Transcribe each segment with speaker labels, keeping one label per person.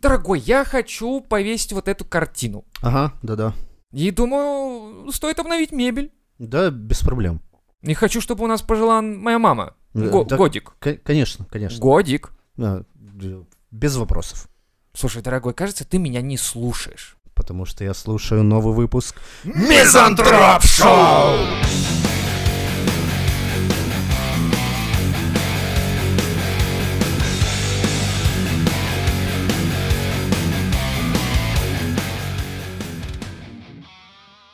Speaker 1: дорогой, я хочу повесить вот эту картину.
Speaker 2: Ага, да-да.
Speaker 1: И думаю, стоит обновить мебель.
Speaker 2: Да, без проблем.
Speaker 1: И хочу, чтобы у нас пожила моя мама.
Speaker 2: Э,
Speaker 1: Го-
Speaker 2: да,
Speaker 1: Годик.
Speaker 2: К- конечно, конечно.
Speaker 1: Годик.
Speaker 2: А, д- без вопросов.
Speaker 1: Слушай, дорогой, кажется, ты меня не слушаешь.
Speaker 2: Потому что я слушаю новый выпуск.
Speaker 1: Мизантроп Шоу!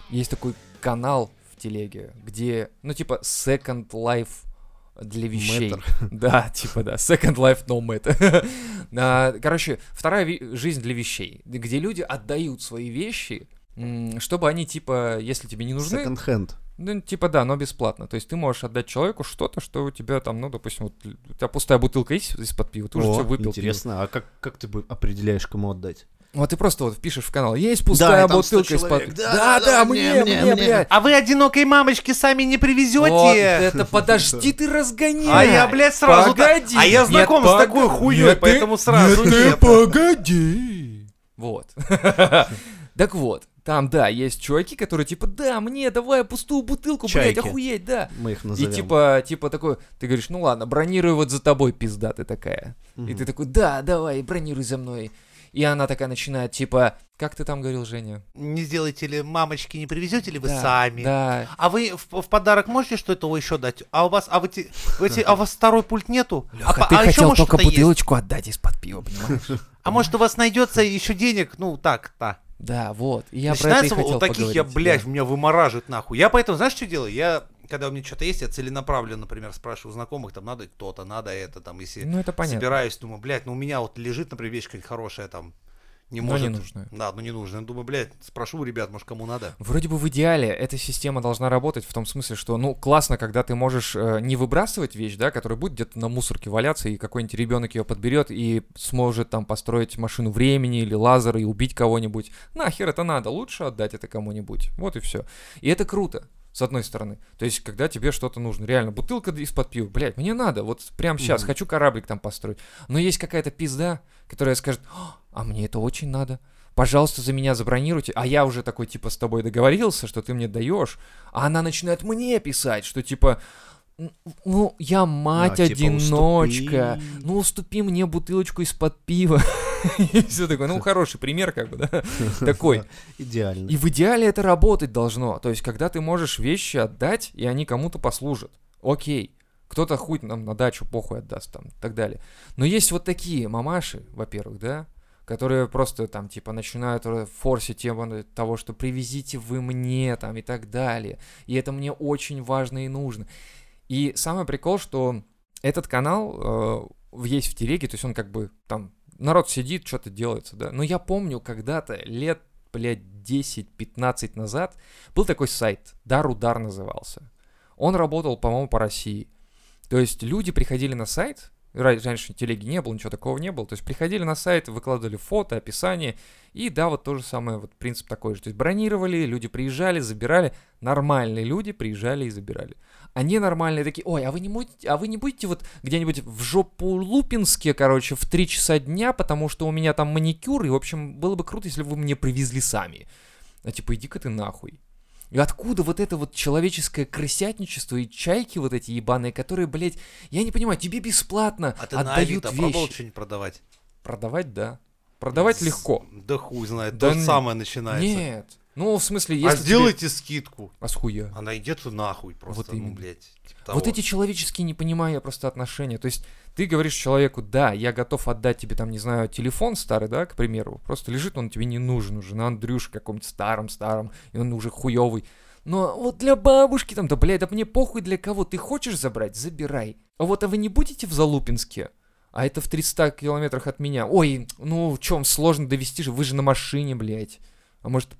Speaker 1: Есть такой канал в телеге, где, ну, типа, Second Life для вещей.
Speaker 2: Matter.
Speaker 1: Да, типа, да, Second Life No Matter. А, Короче, вторая ви- жизнь для вещей, где люди отдают свои вещи, м, чтобы они, типа, если тебе не нужны,
Speaker 2: Second Hand.
Speaker 1: ну, типа, да, но бесплатно. То есть ты можешь отдать человеку что-то, что у тебя там, ну, допустим, вот у тебя пустая бутылка есть из-под пива, ты уже
Speaker 2: О,
Speaker 1: все выпил. пиво.
Speaker 2: Интересно, а как, как ты бы определяешь, кому отдать?
Speaker 1: Вот ты просто вот впишешь в канал, есть пустая
Speaker 2: и там 100
Speaker 1: бутылка из-под...
Speaker 2: человек. Да,
Speaker 1: Да,
Speaker 2: да,
Speaker 1: да,
Speaker 2: да,
Speaker 1: мне, мне,
Speaker 2: мне, мне, мне.
Speaker 1: блядь.
Speaker 3: А вы одинокой мамочке сами не привезете?
Speaker 1: Вот это подожди, ты разгоняй.
Speaker 3: А я, блядь, сразу...
Speaker 1: Погоди.
Speaker 3: А я
Speaker 1: Нет,
Speaker 3: знаком с
Speaker 1: пог-
Speaker 3: такой хуйней,
Speaker 1: Нет, ты-
Speaker 3: поэтому сразу
Speaker 1: нет, ты
Speaker 3: нет.
Speaker 1: погоди. Вот. Так вот, там, да, есть чуваки, которые типа, да, мне, давай пустую бутылку, блядь,
Speaker 2: Чайки.
Speaker 1: охуеть, да.
Speaker 2: Мы их
Speaker 1: И
Speaker 2: назовем.
Speaker 1: типа, типа такой, ты говоришь, ну ладно, бронирую вот за тобой, пизда ты такая. И
Speaker 2: Мгм.
Speaker 1: ты такой, да, давай, бронируй за мной. И она такая начинает, типа, как ты там говорил, Женя?
Speaker 3: Не сделаете ли мамочки, не привезете ли вы
Speaker 1: Да,
Speaker 3: сами?
Speaker 1: Да.
Speaker 3: А вы в, в подарок можете что-то еще дать? А у вас, а вы, те- вы те- а у вас второй пульт нету? а, по-
Speaker 1: ты
Speaker 3: а еще,
Speaker 1: хотел
Speaker 3: может,
Speaker 1: только
Speaker 3: что-то есть?
Speaker 1: бутылочку отдать из-под пива, понимаешь?
Speaker 3: А может у вас найдется еще денег? Ну так, да.
Speaker 1: Да, вот. И я про это и
Speaker 3: Начинается
Speaker 1: хотел
Speaker 3: вот таких, я,
Speaker 1: поговорить,
Speaker 3: блядь,
Speaker 1: да.
Speaker 3: меня вымораживает нахуй. Я поэтому, знаешь, что делаю? Я, когда у меня что-то есть, я целенаправленно, например, спрашиваю у знакомых, там, надо то-то, надо это, там, если
Speaker 1: Ну это понятно.
Speaker 3: собираюсь, думаю, блядь, ну у меня вот лежит, например, вещь какая-нибудь хорошая, там, не
Speaker 1: Но
Speaker 3: может.
Speaker 1: не нужная.
Speaker 3: Да, ну не нужно. Думаю, блядь, спрошу у ребят, может, кому надо.
Speaker 1: Вроде бы в идеале эта система должна работать в том смысле, что, ну, классно, когда ты можешь э, не выбрасывать вещь, да, которая будет где-то на мусорке валяться, и какой-нибудь ребенок ее подберет и сможет там построить машину времени или лазер и убить кого-нибудь. Нахер это надо, лучше отдать это кому-нибудь. Вот и все. И это круто. С одной стороны. То есть, когда тебе что-то нужно. Реально, бутылка из-под пива. Блядь, мне надо. Вот прямо сейчас.
Speaker 2: Мгм.
Speaker 1: Хочу кораблик там построить. Но есть какая-то пизда, которая скажет, «О, а мне это очень надо пожалуйста, за меня забронируйте. А я уже такой, типа, с тобой договорился, что ты мне даешь. А она начинает мне писать, что, типа, «Н- ну, я мать-одиночка.
Speaker 2: «Уступи».
Speaker 1: ну, уступи мне бутылочку из-под пива. И все такое. Ну, хороший пример, как бы, да? Такой.
Speaker 2: Идеально.
Speaker 1: И в идеале это работать должно. То есть, когда ты можешь вещи отдать, и они кому-то послужат. Окей. Кто-то хуй нам на дачу похуй отдаст там и так далее. Но есть вот такие мамаши, во-первых, да, которые просто там типа начинают э, форсить тему на- того, что привезите вы мне там и так далее. И это мне очень важно и нужно. И самый прикол, что этот канал э, в- есть в телеге, то есть он как бы там народ сидит, что-то делается, да. Но я помню когда-то лет, блядь, 10-15 назад был такой сайт, Дар Удар назывался. Он работал, по-моему, по России. То есть люди приходили на сайт, ра- раньше телеги не было, ничего такого не было. То есть приходили на сайт, выкладывали фото, описание, и да, вот то же самое, вот принцип такой же. То есть бронировали, люди приезжали, забирали. Нормальные люди приезжали и забирали. А ненормальные такие, ой, а вы не будете, а вы не будете вот где-нибудь в жопу Лупинске, короче, в 3 часа дня, потому что у меня там маникюр, и, в общем, было бы круто, если бы вы мне привезли сами. А типа, иди-ка ты нахуй. И откуда вот это вот человеческое крысятничество и чайки вот эти ебаные, которые, блядь, я не понимаю, тебе бесплатно
Speaker 3: А ты на
Speaker 1: отдают
Speaker 3: Авито пробовал
Speaker 1: вещи.
Speaker 3: что-нибудь продавать?
Speaker 1: Продавать, да. Продавать
Speaker 3: З-
Speaker 1: легко.
Speaker 3: Да хуй знает,
Speaker 1: Да
Speaker 3: то же
Speaker 1: н-
Speaker 3: самое начинается.
Speaker 1: Нет. Ну, в смысле, если
Speaker 3: а
Speaker 1: тебе-
Speaker 3: сделайте скидку.
Speaker 1: А с хуя?
Speaker 3: Она идет нахуй просто,
Speaker 1: Вот
Speaker 3: ну,
Speaker 1: именно.
Speaker 3: блядь. типа
Speaker 1: Вот
Speaker 3: того.
Speaker 1: эти человеческие, не понимаю я просто отношения. То есть ты говоришь человеку, да, я готов отдать тебе там, не знаю, телефон старый, да, к примеру. Просто лежит он тебе не нужен уже на Андрюше каком-нибудь старом-старом, и он уже хуёвый. Но вот для бабушки там, да, блядь, да мне похуй для кого. Ты хочешь забрать? Забирай. А вот а вы не будете в Залупинске? А это в 300 километрах от меня. Ой, ну в чем сложно довести же? Вы же на машине, блядь. А может,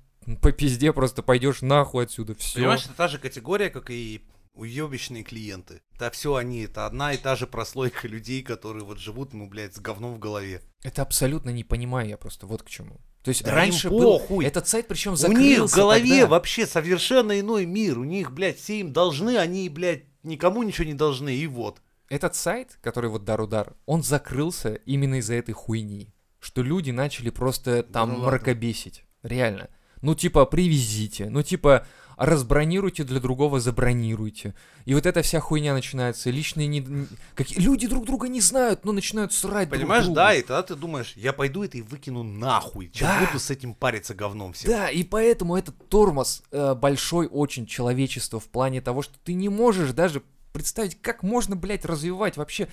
Speaker 1: по пизде просто пойдешь нахуй отсюда, все.
Speaker 3: Понимаешь, это та же категория, как и уебищные клиенты. Да все они, это одна и та же прослойка людей, которые вот живут, ну, блядь, с говном в голове.
Speaker 1: Это абсолютно не понимаю я просто, вот к чему. То есть
Speaker 3: Да
Speaker 1: раньше
Speaker 3: им
Speaker 1: был...
Speaker 3: похуй.
Speaker 1: Этот сайт причем
Speaker 3: У них в
Speaker 1: закрылся
Speaker 3: голове
Speaker 1: тогда.
Speaker 3: вообще совершенно иной мир. У них, блядь, все им должны, они, блядь, никому ничего не должны, и вот.
Speaker 1: Этот сайт, который вот дар-удар, он закрылся именно из-за этой хуйни. что люди начали просто там
Speaker 3: ну ладно.
Speaker 1: мракобесить. Реально. Ну, типа, привезите. Ну, типа, разбронируйте для другого, забронируйте. И вот эта вся хуйня начинается. Личные... Не... не- какие- Люди друг друга не знают, но начинают срать друг
Speaker 3: Понимаешь,
Speaker 1: другу.
Speaker 3: да, и тогда ты думаешь, я пойду это и выкину нахуй, чем
Speaker 1: Да.
Speaker 3: буду с этим париться говном всем.
Speaker 1: Да, и поэтому этот тормоз э, большой очень человечества в плане того, что ты не можешь даже представить, как можно, блядь, развивать вообще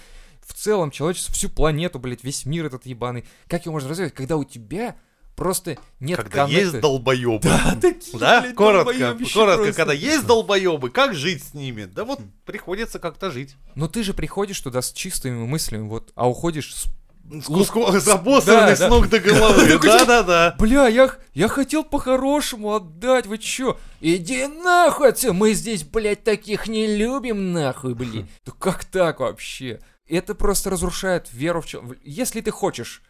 Speaker 1: в целом человечество, всю планету, блядь, весь мир этот ебаный. Как его можно развивать, когда у тебя просто нет
Speaker 3: когда есть
Speaker 1: коннекта-
Speaker 3: долбоебы. Да,
Speaker 1: такие, блядь,
Speaker 3: коротко,
Speaker 1: долбоебища
Speaker 3: коротко,
Speaker 1: просто. Хм.
Speaker 3: когда есть долбоебы, как жить с ними? Да вот приходится как-то жить.
Speaker 1: Но ты же приходишь туда с чистыми мыслями, вот, а уходишь с...
Speaker 3: С куском, забоссанный
Speaker 1: Ну, да,
Speaker 3: с
Speaker 1: да. Ну,
Speaker 3: ног до головы.
Speaker 1: Такой,
Speaker 3: Да-да-да.
Speaker 1: Бля, я, х- я хотел по-хорошему отдать, вы чё? Иди нахуй отсюда, мы здесь, блядь, таких не любим, нахуй, блин. Да как так вообще? Это просто разрушает веру в чел- в- Если ты хочешь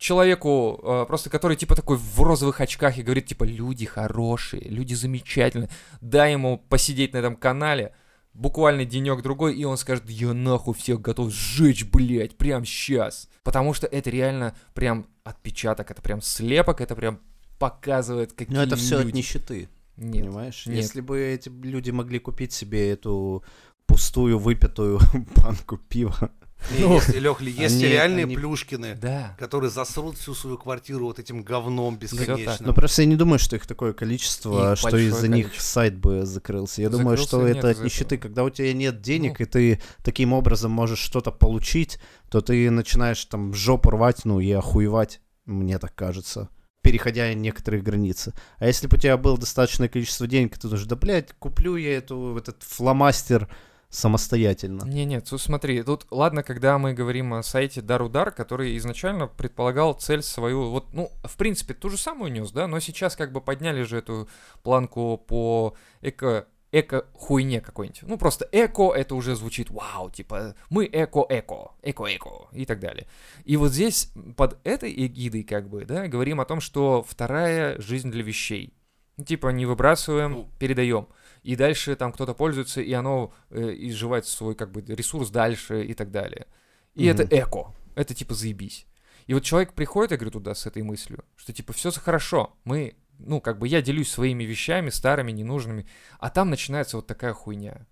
Speaker 1: человеку, э, просто который, типа, такой в розовых очках и говорит, типа, люди хорошие, люди замечательные, дай ему посидеть на этом канале, буквально денек-другой, и он скажет, я нахуй всех готов сжечь, блядь, прям сейчас. Потому что это реально прям отпечаток, это прям слепок, это прям показывает, какие
Speaker 2: Но это все от
Speaker 1: люди.
Speaker 2: нищеты,
Speaker 1: Нет.
Speaker 2: понимаешь?
Speaker 1: нет.
Speaker 2: Если бы эти люди могли купить себе эту пустую выпитую банку пива.
Speaker 3: Не,
Speaker 1: Ну,
Speaker 3: Есть, Лёхли, есть
Speaker 2: Они-
Speaker 3: реальные
Speaker 2: они-
Speaker 3: плюшкины,
Speaker 1: Да.
Speaker 3: которые засрут всю свою квартиру вот этим говном
Speaker 1: Ну,
Speaker 2: Но
Speaker 3: бесконечным.
Speaker 2: Ну, просто я не думаю, что их такое количество,
Speaker 1: Их
Speaker 2: что из-за
Speaker 1: большое
Speaker 2: них
Speaker 1: количество.
Speaker 2: сайт бы закрылся. Я думаю,
Speaker 1: Закрылся
Speaker 2: что
Speaker 1: нет
Speaker 2: это от
Speaker 1: из-за
Speaker 2: нищеты.
Speaker 1: этого.
Speaker 2: Когда у тебя нет денег,
Speaker 1: Ну.
Speaker 2: и ты таким образом можешь что-то получить, то ты начинаешь там жопу рвать, ну и охуевать, мне так кажется переходя некоторые границы. А если бы у тебя было достаточное количество денег, ты думаешь, да, блядь, куплю я эту, этот фломастер самостоятельно.
Speaker 1: Не, нет, тут смотри, тут ладно, когда мы говорим о сайте Дар-Удар, который изначально предполагал цель свою, вот, ну, в принципе, ту же самую нес, да, но сейчас как бы подняли же эту планку по эко эко-хуйне какой-нибудь. Ну, просто эко, это уже звучит вау, типа мы эко-эко, эко-эко и так далее. И вот здесь под этой эгидой как бы, да, говорим о том, что вторая жизнь для вещей. Ну, Типа не выбрасываем,
Speaker 3: Ну.
Speaker 1: передаем. И дальше там кто-то пользуется, и оно э, изживает свой как бы ресурс дальше и так далее. И
Speaker 2: Мгм.
Speaker 1: это эко. Это типа заебись. И вот человек приходит, я говорю, туда с этой мыслью, что типа все хорошо, мы, ну, как бы я делюсь своими вещами, старыми, ненужными, а там начинается вот такая хуйня.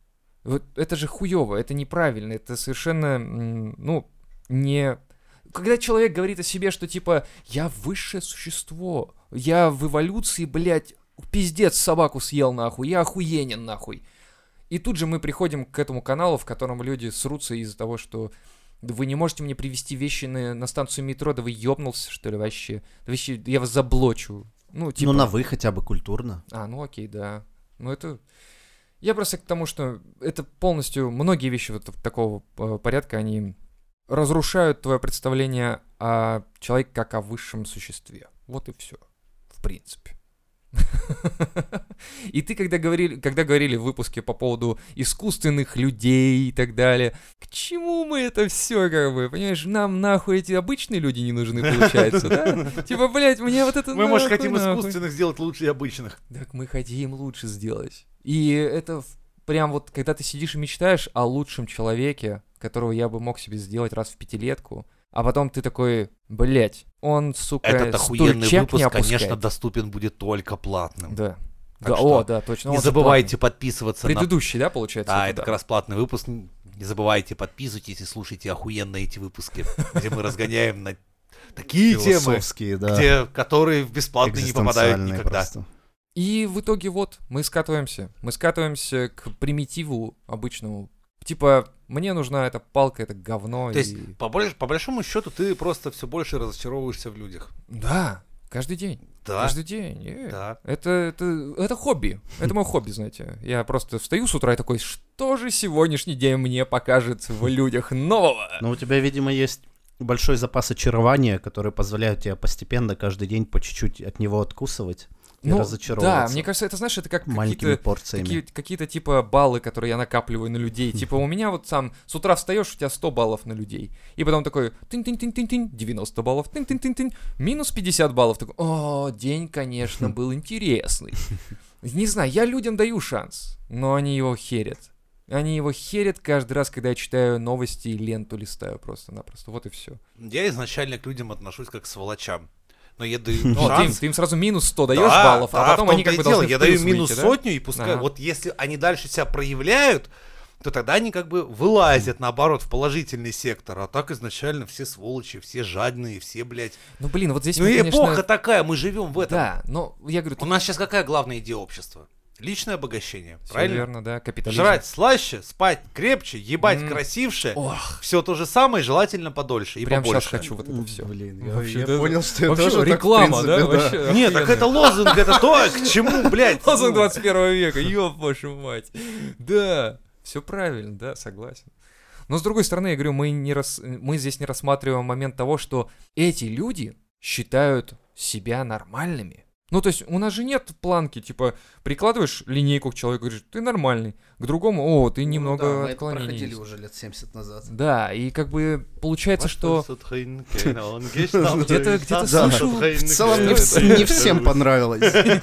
Speaker 1: Вот это же хуево, это неправильно, это совершенно, м, ну, не... Когда человек говорит о себе, что типа «я высшее существо», «я в эволюции, блядь, пиздец собаку съел нахуй, я охуенен нахуй». И тут же мы приходим к этому каналу, в котором люди срутся из-за того, что «Да вы не можете мне привезти вещи на, на станцию метро, да вы ёбнулся, что ли, вообще? Да вообще, я вас заблочу». Ну, типа...
Speaker 2: Ну, на вы хотя бы культурно.
Speaker 1: А, ну окей, да. Ну это... Я просто к тому, что это полностью... Многие вещи вот такого э, порядка, они разрушают твое представление о человеке как о высшем существе. Вот и все. В принципе. И ты, когда говорили, когда говорили в выпуске по поводу искусственных людей и так далее, к чему мы это все, как бы, понимаешь, нам нахуй эти обычные люди не нужны, получается, да? Типа, блядь, мне вот это
Speaker 3: Мы, может,
Speaker 1: нахуй,
Speaker 3: хотим
Speaker 1: нахуй.
Speaker 3: искусственных сделать лучше обычных.
Speaker 1: Так мы хотим лучше сделать. И это в- прям вот, когда ты сидишь и мечтаешь о лучшем человеке, которого я бы мог себе сделать раз в пятилетку, а потом ты такой, блять, он, сука,
Speaker 3: Этот охуенный
Speaker 1: стульчак не
Speaker 3: выпуск,
Speaker 1: опускает».
Speaker 3: конечно, доступен будет только платным.
Speaker 1: Да.
Speaker 3: Так
Speaker 1: да,
Speaker 3: что
Speaker 1: о, да, точно.
Speaker 3: Не
Speaker 1: Ну, он же
Speaker 3: забывайте подписываться
Speaker 1: платный.
Speaker 3: на
Speaker 1: Предыдущий, да, получается?
Speaker 3: Да,
Speaker 1: вот
Speaker 3: это
Speaker 1: это?
Speaker 3: как раз платный выпуск. Не забывайте, подписывайтесь и слушайте охуенно эти выпуски, где мы разгоняем на такие темы,
Speaker 2: Философские, да.
Speaker 3: где, которые в бесплатные не попадают
Speaker 2: Экзистенциальные
Speaker 3: никогда.
Speaker 2: просто.
Speaker 1: И в итоге вот, мы скатываемся. Мы скатываемся к примитиву обычному. Типа, мне нужна эта палка, это говно.
Speaker 3: То
Speaker 1: и-
Speaker 3: есть, по, больш- по большому счету, ты просто все больше разочаровываешься в людях.
Speaker 1: Да, каждый день.
Speaker 3: Да,
Speaker 1: Каждый день. э.
Speaker 3: да.
Speaker 1: Это, это, это хобби. Это мое хобби, знаете. Я просто встаю с утра и такой, что же сегодняшний день мне покажет в людях нового?
Speaker 2: Но у тебя, видимо, есть большой запас очарования, который позволяет тебе постепенно каждый день по чуть-чуть от него откусывать и разочаровываться.
Speaker 1: Ну, да, мне кажется, это, знаешь, это как
Speaker 2: маленькими
Speaker 1: какие-то
Speaker 2: порциями.
Speaker 1: какие- какие-то типа баллы, которые я накапливаю на людей. Типа у меня вот сам с утра встаешь, у тебя 100 баллов на людей. И потом такой тынь-тынь-тынь-тынь-тынь, 90 баллов, тынь-тынь-тынь-тынь, минус 50 баллов. Такой, о, день, конечно, был интересный. Не знаю, я людям даю шанс, но они его херят. Они его херят каждый раз, когда я читаю новости и ленту листаю просто-напросто. Вот и все.
Speaker 3: Я изначально к людям отношусь как к сволочам. Но я даю им
Speaker 1: Ну, ты, им,
Speaker 3: шанс.
Speaker 1: ты им сразу минус 100
Speaker 3: Да,
Speaker 1: даешь баллов,
Speaker 3: да,
Speaker 1: а потом
Speaker 3: в том-то
Speaker 1: они как
Speaker 3: и
Speaker 1: бы
Speaker 3: дело.
Speaker 1: должны в
Speaker 3: Я даю
Speaker 1: плюс
Speaker 3: им
Speaker 1: выйти,
Speaker 3: минус
Speaker 1: да?
Speaker 3: сотню, и пускай
Speaker 1: Ага.
Speaker 3: вот если они дальше себя проявляют, то тогда они как бы вылазят, наоборот, в положительный сектор. А так изначально все сволочи, все жадные, все, блядь.
Speaker 1: Ну, блин, вот здесь
Speaker 3: ну
Speaker 1: мы,
Speaker 3: и
Speaker 1: конечно...
Speaker 3: эпоха такая, мы живем в этом.
Speaker 1: Да, но я говорю,
Speaker 3: У нас сейчас какая главная идея общества? Личное обогащение,
Speaker 1: всё
Speaker 3: правильно?
Speaker 1: верно, да, капитализм.
Speaker 3: Жрать слаще, спать крепче, ебать
Speaker 1: М.
Speaker 3: красивше.
Speaker 1: Ох,
Speaker 3: Все то же самое, желательно подольше и
Speaker 1: прям сейчас
Speaker 3: побольше.
Speaker 1: хочу вот это все.
Speaker 2: Блин, я,
Speaker 1: Вообще,
Speaker 2: я
Speaker 1: да.
Speaker 2: понял, что я
Speaker 1: Вообще
Speaker 2: тоже так, в
Speaker 1: реклама,
Speaker 2: принципе,
Speaker 1: да, вообще
Speaker 3: Нет, так это лозунг, это то, к чему, блядь.
Speaker 1: Лозунг
Speaker 3: ну.
Speaker 1: 21 века, ёб вашу мать. Да, все правильно, да, согласен. Но с другой стороны, я говорю, мы, не рас... мы здесь не рассматриваем момент того, что эти люди считают себя нормальными. Ну, то есть у нас же нет планки, типа, прикладываешь линейку к человеку, говоришь, ты нормальный, к другому, о, ты
Speaker 2: Ну
Speaker 1: немного
Speaker 2: да, мы это
Speaker 1: отклонений.
Speaker 2: проходили
Speaker 1: есть».
Speaker 2: уже лет 70 назад.
Speaker 1: Да, и как бы получается, что...
Speaker 3: Где-то
Speaker 1: Где-то- где-то слышал.
Speaker 2: В целом не, вс- не всем понравилось.
Speaker 1: Такой,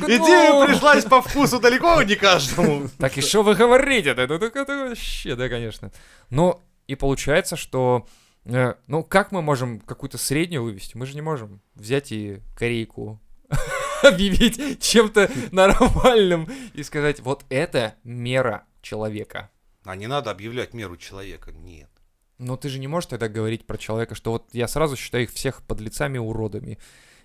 Speaker 1: «Ну,
Speaker 3: Идея пришлась по вкусу далеко не каждому.
Speaker 1: Так и что вы говорите? Да, ну, так это вообще, да, конечно. Но и получается, что... э, Ну, как мы можем какую-то среднюю вывести? Мы же не можем взять и корейку объявить чем-то нормальным и сказать, вот это мера человека.
Speaker 3: А не надо объявлять меру человека, нет.
Speaker 1: Но ты же не можешь тогда говорить про человека, что вот я сразу считаю их всех под лицами уродами.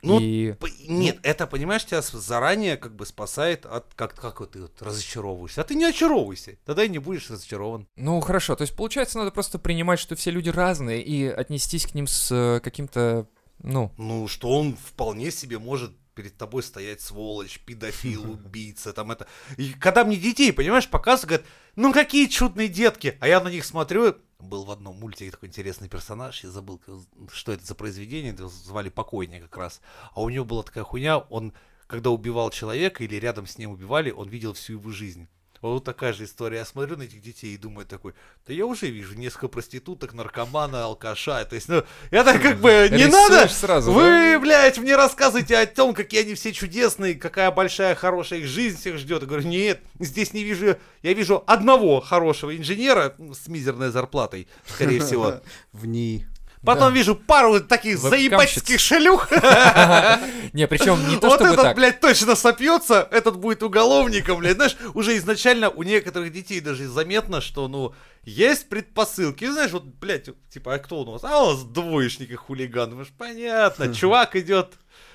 Speaker 3: Ну,
Speaker 1: и...
Speaker 3: П- Нет, это, понимаешь, тебя с- заранее как бы спасает от... Как, как вот ты вот разочаровываешься? А ты не очаровывайся, тогда и не будешь разочарован.
Speaker 1: Ну, хорошо, то есть получается, надо просто принимать, что все люди разные и отнестись к ним с э, каким-то, ну,
Speaker 3: Ну, что он вполне себе может перед тобой стоять сволочь, педофил, убийца, там это. И когда мне детей, понимаешь, показывают, говорят, ну какие чудные детки, а я на них смотрю, был в одном мультике такой интересный персонаж, я забыл, как- что это за произведение, это звали Покойник как раз, а у него была такая хуйня, он, когда убивал человека или рядом с ним убивали, он видел всю его жизнь. Вот такая же история. Я смотрю на этих детей и думаю такой, да я уже вижу несколько проституток, наркомана, алкаша. То есть, ну, я так как бы, не
Speaker 1: рисуешь
Speaker 3: надо,
Speaker 1: сразу. да?
Speaker 3: вы, блядь, мне рассказываете о том, какие они все чудесные, какая большая, хорошая их жизнь всех ждет. Я говорю, нет, здесь не вижу, я вижу одного хорошего инженера ну, с мизерной зарплатой, скорее всего.
Speaker 2: В ней.
Speaker 3: Потом вижу пару таких
Speaker 1: Вебкамщиц.
Speaker 3: заебательских шлюх.
Speaker 1: Не, причем не то,
Speaker 3: Вот
Speaker 1: чтобы
Speaker 3: этот,
Speaker 1: так.
Speaker 3: блядь, точно сопьется, этот будет уголовником, блядь. Знаешь, уже изначально у некоторых детей даже заметно, что, ну, есть предпосылки. И знаешь, вот, блядь, типа, а кто он у вас? А у вас двоечник и хулиган. Думаешь,
Speaker 1: Хм.
Speaker 3: понятно, чувак идет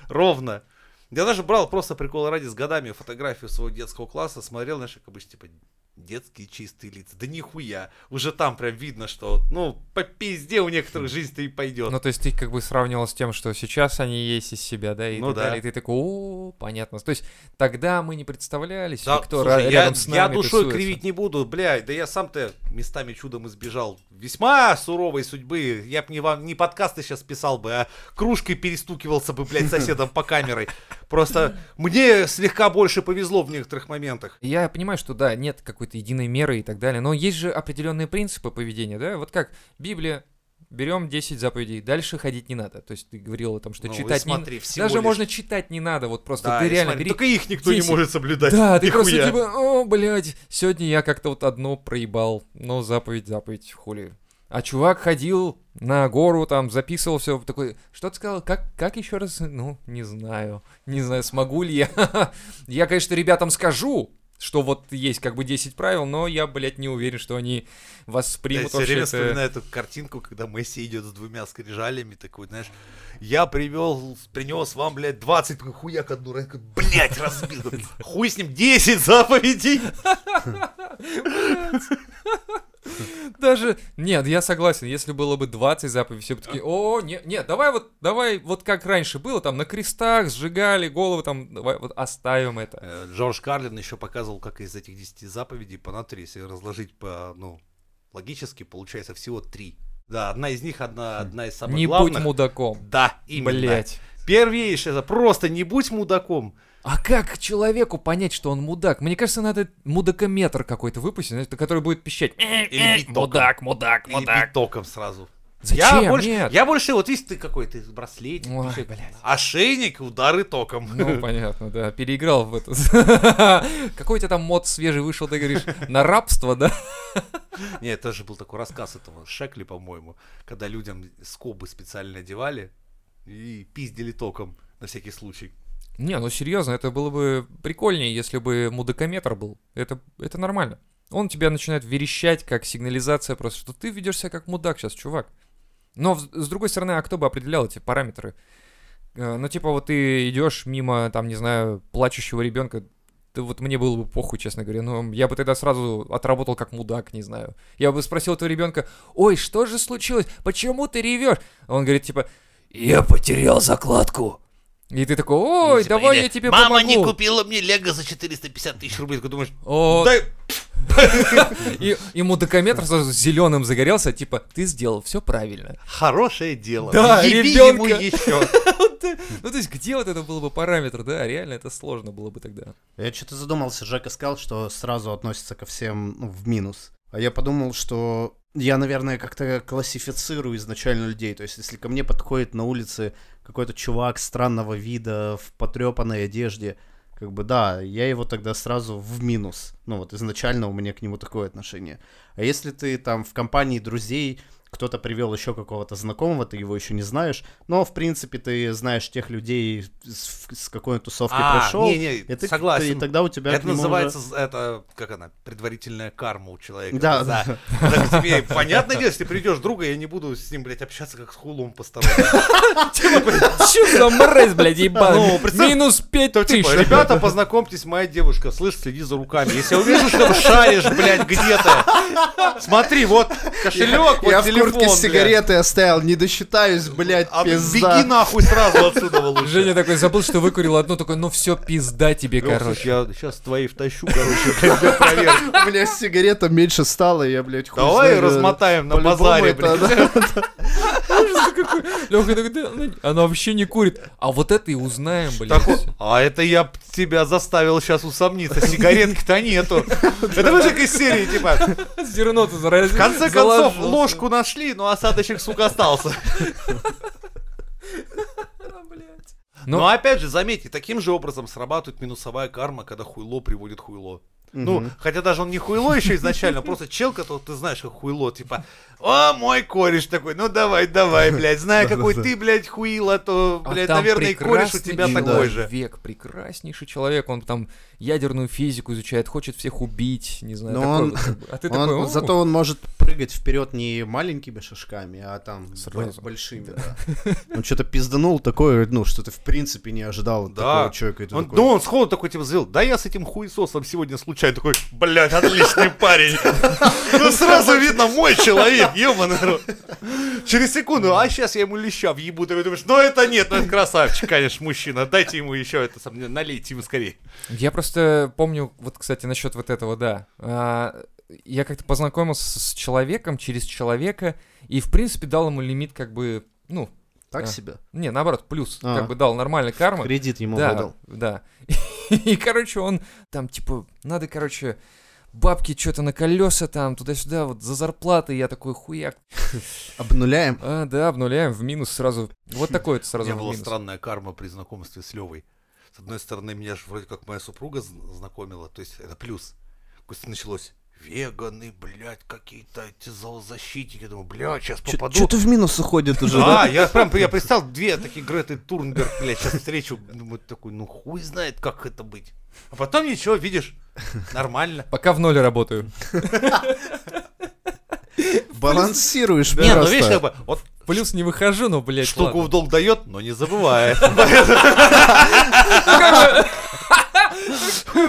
Speaker 3: ровно. Я даже брал просто прикол ради с годами фотографию своего детского класса, смотрел, знаешь, как обычно, типа, детские чистые лица. Да нихуя. Уже там прям видно, что, ну, по пизде у некоторых жизнь-то и пойдет.
Speaker 1: Ну, то есть ты как бы сравнивал с тем, что сейчас они есть из себя, да, и
Speaker 3: Ну
Speaker 1: так
Speaker 3: да.
Speaker 1: далее. И ты такой, о, понятно. То есть тогда мы не представляли себе,
Speaker 3: Да,
Speaker 1: кто
Speaker 3: слушай,
Speaker 1: ра-
Speaker 3: я,
Speaker 1: рядом с нами
Speaker 3: я душой
Speaker 1: тусуется.
Speaker 3: кривить не буду, блядь, да я сам-то местами чудом избежал весьма суровой судьбы. Я бы не вам не подкасты сейчас писал бы, а кружкой перестукивался бы, блядь, с соседом по камерой. Просто мне слегка больше повезло в некоторых моментах.
Speaker 1: Я понимаю, что да, нет какой-то единой меры и так далее, но есть же определенные принципы поведения, да? Вот как Библия, берем 10 заповедей, дальше ходить не надо. То есть ты говорил о том, что
Speaker 3: Ну, и
Speaker 1: читать не...
Speaker 3: смотри, всего
Speaker 1: Даже
Speaker 3: лишь-
Speaker 1: можно читать не надо, вот просто
Speaker 3: Да,
Speaker 1: ты
Speaker 3: и
Speaker 1: реально
Speaker 3: смотри,
Speaker 1: бери-
Speaker 3: только их никто не
Speaker 1: 10.
Speaker 3: может соблюдать.
Speaker 1: Да, ты просто
Speaker 3: Нихуя.
Speaker 1: типа, о, блядь, сегодня я как-то вот одно проебал, но заповедь, заповедь, хули. А чувак ходил на гору, там, записывал все, такой, что ты сказал, как, как еще раз, ну, не знаю, не знаю, смогу ли я. Я, конечно, ребятам скажу, что вот есть как бы 10 правил, но я, блядь, не уверен, что они
Speaker 3: Я
Speaker 1: воспримут
Speaker 3: все
Speaker 1: вообще
Speaker 3: время
Speaker 1: это.
Speaker 3: вспоминаю эту картинку, когда Месси идет с двумя скрижалями, такой, знаешь, я привел, принес вам, блядь, 20, такой хуяк одну, ранку, блядь, разбил. Хуй с ним, 10 заповедей.
Speaker 1: Даже, нет, я согласен, если было бы 20 заповедей, все бы такие, о, нет, нет, давай вот, давай вот как раньше было, там на крестах сжигали головы, там, давай вот оставим это.
Speaker 3: Э, Джордж Карлин еще показывал, как из этих 10 заповедей по натуре, если разложить по, ну, логически, получается всего 3. Да, одна из них, одна, одна из самых
Speaker 1: не
Speaker 3: главных.
Speaker 1: будь мудаком.
Speaker 3: Да, именно.
Speaker 1: Блять.
Speaker 3: Первейшее, за- просто не будь мудаком.
Speaker 1: А как человеку понять, что он мудак? Мне кажется, надо
Speaker 3: Э,
Speaker 1: мудакометр какой-то выпустить, знаете, который будет пищать.
Speaker 3: Или бить током.
Speaker 1: Мудак, мудак,
Speaker 3: Или
Speaker 1: мудак.
Speaker 3: бить током сразу.
Speaker 1: Зачем?
Speaker 3: Я больше,
Speaker 1: Нет.
Speaker 3: я больше, вот видишь, ты какой, ты браслетик,
Speaker 1: Ой,
Speaker 3: еще-
Speaker 1: блядь.
Speaker 3: ошейник, удары током.
Speaker 1: Ну, понятно, да, переиграл в это. Какой у тебя там мод свежий вышел, ты говоришь, на рабство, да?
Speaker 3: Нет, это же был такой рассказ этого Шекли, по-моему, когда людям скобы специально одевали и пиздили током на всякий случай.
Speaker 1: Не, ну серьезно, это было бы прикольнее, если бы мудакометр был. Это, это нормально. Он тебя начинает верещать, как сигнализация просто, что ты ведешь себя как мудак сейчас, чувак. Но, в- с другой стороны, а кто бы определял эти параметры? Э, Ну, типа, вот ты идешь мимо, там, не знаю, плачущего ребенка, ты вот мне было бы похуй, честно говоря, но я бы тогда сразу отработал как мудак, не знаю. Я бы спросил этого ребенка, ой, что же случилось, почему ты ревешь? А он говорит, типа, я потерял закладку. И ты такой, ой,
Speaker 3: Ну, типа,
Speaker 1: давай
Speaker 3: или
Speaker 1: я тебе
Speaker 3: Мама
Speaker 1: помогу.
Speaker 3: не купила мне лего за 450 тысяч рублей. Ты думаешь,
Speaker 1: О,
Speaker 3: дай
Speaker 1: и, и мудакометр сразу зеленым загорелся, типа, ты сделал все правильно.
Speaker 3: хорошее дело.
Speaker 1: Да,
Speaker 3: Еби
Speaker 1: ребенка.
Speaker 3: ему еще.
Speaker 1: Ну, то есть, где вот это был бы параметр, да? Реально, это сложно было бы тогда.
Speaker 2: Я что-то задумался, Жека сказал, что сразу относится ко всем ну, в минус. А я подумал, что я, наверное, как-то классифицирую изначально людей. То есть, если ко мне подходит на улице какой-то чувак странного вида, в потрепанной одежде, как бы да, я его тогда сразу в минус. Ну вот изначально у меня к нему такое отношение. А если ты там в компании друзей, кто-то привел еще какого-то знакомого, ты его еще не знаешь, но в принципе ты знаешь тех людей, с, с какой он тусовки
Speaker 3: А,
Speaker 2: пришел.
Speaker 3: не-не,
Speaker 2: И ты-
Speaker 3: согласен.
Speaker 2: ты- и тогда у тебя к
Speaker 3: Это
Speaker 2: нему уже-
Speaker 3: называется, з- это, как она, предварительная карма у человека.
Speaker 2: Да,
Speaker 3: За-
Speaker 2: да.
Speaker 3: за к тебе. Понятное дело, если придешь друга, я не буду с ним, блядь, общаться как с хулом Типа, постоянно.
Speaker 1: Че за мразь, блядь, ебаный?
Speaker 3: Ну, представь,
Speaker 1: Минус пять
Speaker 3: То типа,
Speaker 1: тысяч.
Speaker 3: ребята, познакомьтесь, моя девушка, слышь, следи за руками. Если я увижу, что ты шаришь, блядь, где-то, смотри, вот кошелек, вот
Speaker 2: Я в
Speaker 3: телефон,
Speaker 2: куртке с
Speaker 3: блядь.
Speaker 2: сигаретой оставил, не досчитаюсь, блядь,
Speaker 3: А
Speaker 2: пизда.
Speaker 3: беги нахуй сразу отсюда лучше.
Speaker 1: Женя такой забыл, что выкурил одну, такой, ну все, пизда тебе,
Speaker 3: Лёх,
Speaker 1: короче.
Speaker 3: слушай, я сейчас твои втащу, короче, блядь, для проверки.
Speaker 2: У меня сигарета меньше стала, я, блядь, хуй
Speaker 3: Давай
Speaker 2: знаю,
Speaker 3: размотаем на
Speaker 2: по-любому
Speaker 3: базаре,
Speaker 2: это,
Speaker 3: блядь.
Speaker 2: да.
Speaker 1: Леха такой, да, она- она вообще не курит. А вот это и узнаем, блядь.
Speaker 3: Такой, а это я б тебя заставил сейчас усомниться, сигаретки-то нету. Это вы же из серии, типа,
Speaker 1: Зерно-то заразил.
Speaker 3: в конце концов, ложку нашли, но осадочек, сука, остался.
Speaker 1: Ну-
Speaker 3: Но опять же, заметьте, таким же образом срабатывает минусовая карма, когда хуйло приводит хуйло. Ну,
Speaker 2: Мгм.
Speaker 3: хотя даже он не хуйло еще изначально, просто чел, которого ты знаешь, как хуйло, типа, о, мой кореш такой, ну давай, давай, блядь, знаю, какой ты, блядь, хуила, то,
Speaker 1: А
Speaker 3: блядь, наверное, и кореш у тебя такой же.
Speaker 1: Век прекраснейший человек, он там ядерную физику изучает, хочет всех убить, не знаю.
Speaker 2: Но
Speaker 1: такой
Speaker 2: он-
Speaker 1: вот как бы. а ты
Speaker 2: Он-
Speaker 1: такой, «О,
Speaker 2: Зато он может прыгать вперед не маленькими шажками, а там б-
Speaker 1: Сразу.
Speaker 2: большими, да. Он что-то пизданул такое, ну, что ты в принципе не ожидал от
Speaker 3: Да.
Speaker 2: такого человека. и ты
Speaker 3: Он,
Speaker 2: такой,
Speaker 3: да он сходу такой типа сделал, да я с этим хуесосом сегодня случайно такой, блядь, отличный парень. Ну сразу видно, мой человек, ебаный рот. Через секунду, а сейчас я ему леща въебу, такой думаешь, ну это нет, ну это красавчик, конечно, мужчина, дайте ему еще это, сам- налейте ему скорее.
Speaker 1: Я просто помню, вот, кстати, насчет вот этого, да. А, Я как-то познакомился с человеком через человека и, в принципе, дал ему лимит как бы, ну,
Speaker 2: Так
Speaker 1: Да.
Speaker 2: себе.
Speaker 1: не, наоборот, плюс.
Speaker 2: А.
Speaker 1: Как бы дал нормальный карма.
Speaker 2: Кредит ему
Speaker 1: да,
Speaker 2: выдал.
Speaker 1: Да. И, короче, он там, типа, надо, короче, бабки что-то на колеса там, туда-сюда, вот за зарплаты. Я такой, хуяк.
Speaker 2: Обнуляем.
Speaker 1: А, да, обнуляем в минус сразу. Вот такой вот
Speaker 3: У
Speaker 1: сразу
Speaker 3: меня
Speaker 1: в
Speaker 3: была
Speaker 1: минус.
Speaker 3: странная карма при знакомстве с Левой. С одной стороны, меня же вроде как моя супруга зн- знакомила, то есть это плюс. Пусть началось веганы, блядь, какие-то эти зоозащитники. Думаю, блядь, сейчас попаду.
Speaker 2: Что-то в минус уходит уже,
Speaker 3: Да,
Speaker 2: да?
Speaker 3: А, я прям я представил две такие Греты Турнберг, блядь, сейчас встречу. Думаю, такой, ну хуй знает, как это быть. А потом ничего, видишь, нормально.
Speaker 1: Пока в ноль работаю.
Speaker 2: Балансируешь
Speaker 3: Не, ну видишь,
Speaker 2: просто.
Speaker 3: как бы, вот
Speaker 1: Плюс не выхожу, но, блядь,
Speaker 3: штуку
Speaker 1: ладно.
Speaker 3: в долг дает, но не забывает.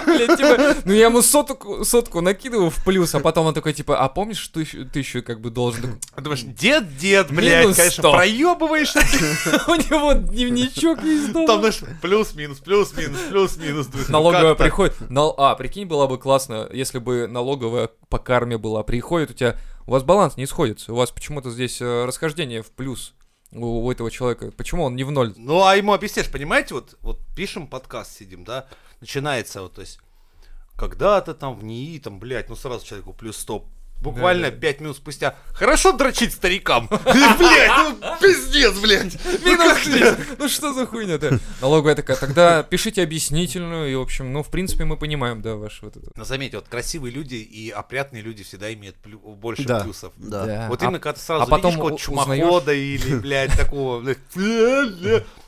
Speaker 1: Блядь, типа, ну я ему сотку, сотку накидываю в плюс, а потом он такой, типа, а помнишь, что еще- ты еще как бы должен... Такой,
Speaker 3: Думаешь, дед, дед, блядь,
Speaker 1: Минус
Speaker 3: конечно,
Speaker 1: сто.
Speaker 3: проебываешься.
Speaker 1: У него дневничок есть дома.
Speaker 3: Там, знаешь, плюс-минус, плюс-минус, плюс-минус. Думаешь, ну
Speaker 1: Налоговая
Speaker 3: как так?
Speaker 1: приходит. Нал- А, прикинь, было бы классно, если бы налоговая по карме была. Приходит, у тебя. У вас баланс не сходится. У вас почему-то здесь э, расхождение в плюс у, у этого человека. Почему он не в ноль?
Speaker 3: Ну, а ему объясняешь, понимаете, вот, вот пишем подкаст, сидим, да, начинается вот, то есть, когда-то там в НИИ, там, блядь, ну сразу человеку плюс 100 Буквально пять минут спустя. Хорошо дрочить старикам. Блять, ну пиздец, блять. Ну
Speaker 1: Минус
Speaker 3: как
Speaker 1: три.
Speaker 3: так?
Speaker 1: Ну что за хуйня-то? Налоговая такая, тогда пишите объяснительную, и, в общем, ну, в принципе, мы понимаем, да, ваш вот этот...
Speaker 3: Но заметьте, вот красивые люди и опрятные люди всегда имеют плю- больше
Speaker 2: Да.
Speaker 3: плюсов.
Speaker 2: Да.
Speaker 1: Да.
Speaker 3: Вот
Speaker 1: А-
Speaker 3: именно когда ты сразу
Speaker 1: а потом
Speaker 3: видишь какого-то
Speaker 1: у- узнаешь.
Speaker 3: чумохода или, блядь, такого, блядь,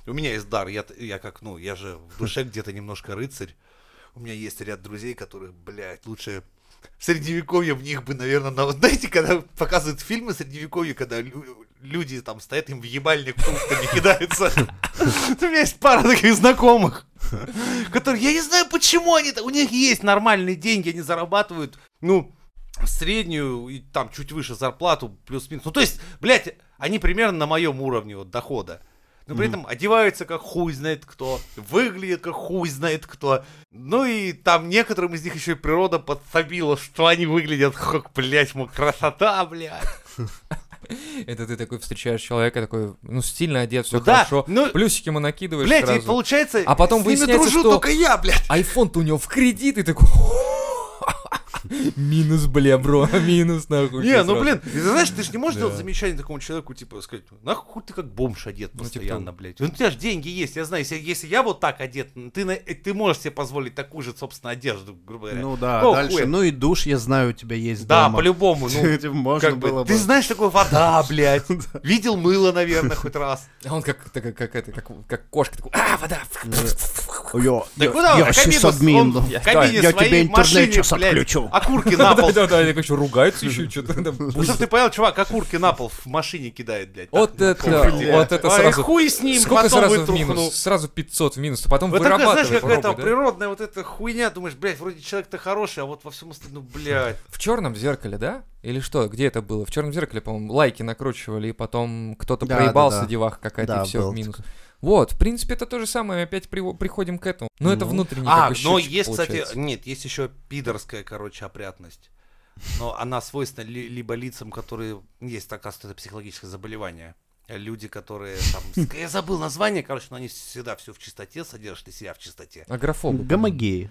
Speaker 3: у меня есть дар, я, я как, ну, я же в душе где-то немножко рыцарь. У меня есть ряд друзей, которые, блядь, лучше в средневековье в них бы, наверное, на... знаете, когда показывают фильмы средневековья, когда лю- люди там стоят, им в ебальник пунктами кидаются. У меня есть пара таких знакомых, которые, я не знаю, почему они, так- у них есть нормальные деньги, они зарабатывают, ну, среднюю и там чуть выше зарплату, плюс-минус. Ну, то есть, блядь, они примерно на моем уровне вот дохода. Но при этом одеваются как хуй знает кто, выглядят как хуй знает кто. Ну и там некоторым из них еще и природа подсобила, что они выглядят как, блядь, мо- красота, блядь.
Speaker 1: Это ты такой встречаешь человека, такой, ну, стильно одет, все
Speaker 3: Ну да,
Speaker 1: хорошо.
Speaker 3: ну,
Speaker 1: Плюсики ему накидываешь
Speaker 3: Блядь, и
Speaker 1: сразу.
Speaker 3: получается,
Speaker 1: А потом
Speaker 3: с ними
Speaker 1: выясняется,
Speaker 3: дружу
Speaker 1: что-
Speaker 3: только я, блядь.
Speaker 1: Айфон-то у него в кредит, и такой... Минус, бля, бро, минус, нахуй.
Speaker 3: Не,
Speaker 1: всё
Speaker 3: ну
Speaker 1: сразу.
Speaker 3: блин, ты знаешь, ты же не можешь
Speaker 1: Да.
Speaker 3: делать замечание такому человеку, типа, сказать, нахуй ты как бомж одет
Speaker 1: Ну, типа
Speaker 3: постоянно,
Speaker 1: того.
Speaker 3: блядь. Ну, у тебя же деньги есть, я знаю, если, если я вот так одет, ну, ты, на- э, ты можешь себе позволить такую же, собственно, одежду, грубо говоря.
Speaker 2: Ну да,
Speaker 3: Какого
Speaker 2: дальше.
Speaker 3: хуя?
Speaker 2: Ну и душ, я знаю, у тебя есть
Speaker 3: да,
Speaker 2: дома.
Speaker 3: по-любому, ну,
Speaker 2: Этим Можно
Speaker 3: как бы,
Speaker 2: было
Speaker 3: ты
Speaker 2: бы.
Speaker 3: знаешь, такое вода, блядь, видел мыло, наверное, хоть раз.
Speaker 1: А он как, так- как, это, как, как кошка, такой, а, вода.
Speaker 2: Йо,
Speaker 3: Да
Speaker 2: я-
Speaker 3: куда он?
Speaker 2: я
Speaker 3: На
Speaker 2: щас
Speaker 3: кабину ну, с-
Speaker 2: админ,
Speaker 3: он
Speaker 2: да.
Speaker 3: в кабине
Speaker 2: Я
Speaker 3: своей
Speaker 2: тебе интернет
Speaker 3: машине,
Speaker 2: щас
Speaker 3: блядь,
Speaker 2: отключу.
Speaker 3: Окурки на пол.
Speaker 1: Да-да-да, я такой, что, ругается еще, что-то там.
Speaker 3: Ну, чтоб ты понял, чувак, окурки на пол в машине кидает, блядь. так,
Speaker 1: Вот
Speaker 3: ну,
Speaker 1: это,
Speaker 3: похуй,
Speaker 1: вот это
Speaker 3: Ай,
Speaker 1: сразу.
Speaker 3: хуй с ним,
Speaker 1: Сколько
Speaker 3: потом
Speaker 1: сразу в
Speaker 3: вытрухну.
Speaker 1: минус? Сразу 500 в минус, а потом
Speaker 3: Вот такая, знаешь,
Speaker 1: вырабатываешь.
Speaker 3: как это
Speaker 1: пробуй, да?
Speaker 3: природная вот эта хуйня, думаешь, блядь, вроде человек-то хороший, а вот во всем остальном, блядь.
Speaker 1: В черном зеркале, да? Или что? Где это было? В черном зеркале, по-моему, лайки накручивали, и потом кто-то
Speaker 2: Да,
Speaker 1: проебался,
Speaker 2: да, да.
Speaker 1: девах какая-то,
Speaker 2: Да,
Speaker 1: и все
Speaker 2: было
Speaker 1: в минус. Вот, в принципе, это то же самое, опять при- приходим к этому. Но это
Speaker 2: Ну.
Speaker 1: внутренний
Speaker 3: А,
Speaker 1: как бы
Speaker 3: но
Speaker 1: счётчик
Speaker 3: есть, кстати,
Speaker 1: получается.
Speaker 3: нет, есть еще пидорская, короче, опрятность. Но она свойственна ли- либо лицам, которые... Есть, оказывается, это психологическое заболевание. Люди, которые там... с- Я забыл название, короче, но они всегда все в чистоте содержат и себя в чистоте.
Speaker 1: Агрофобы.
Speaker 2: Гомогеи.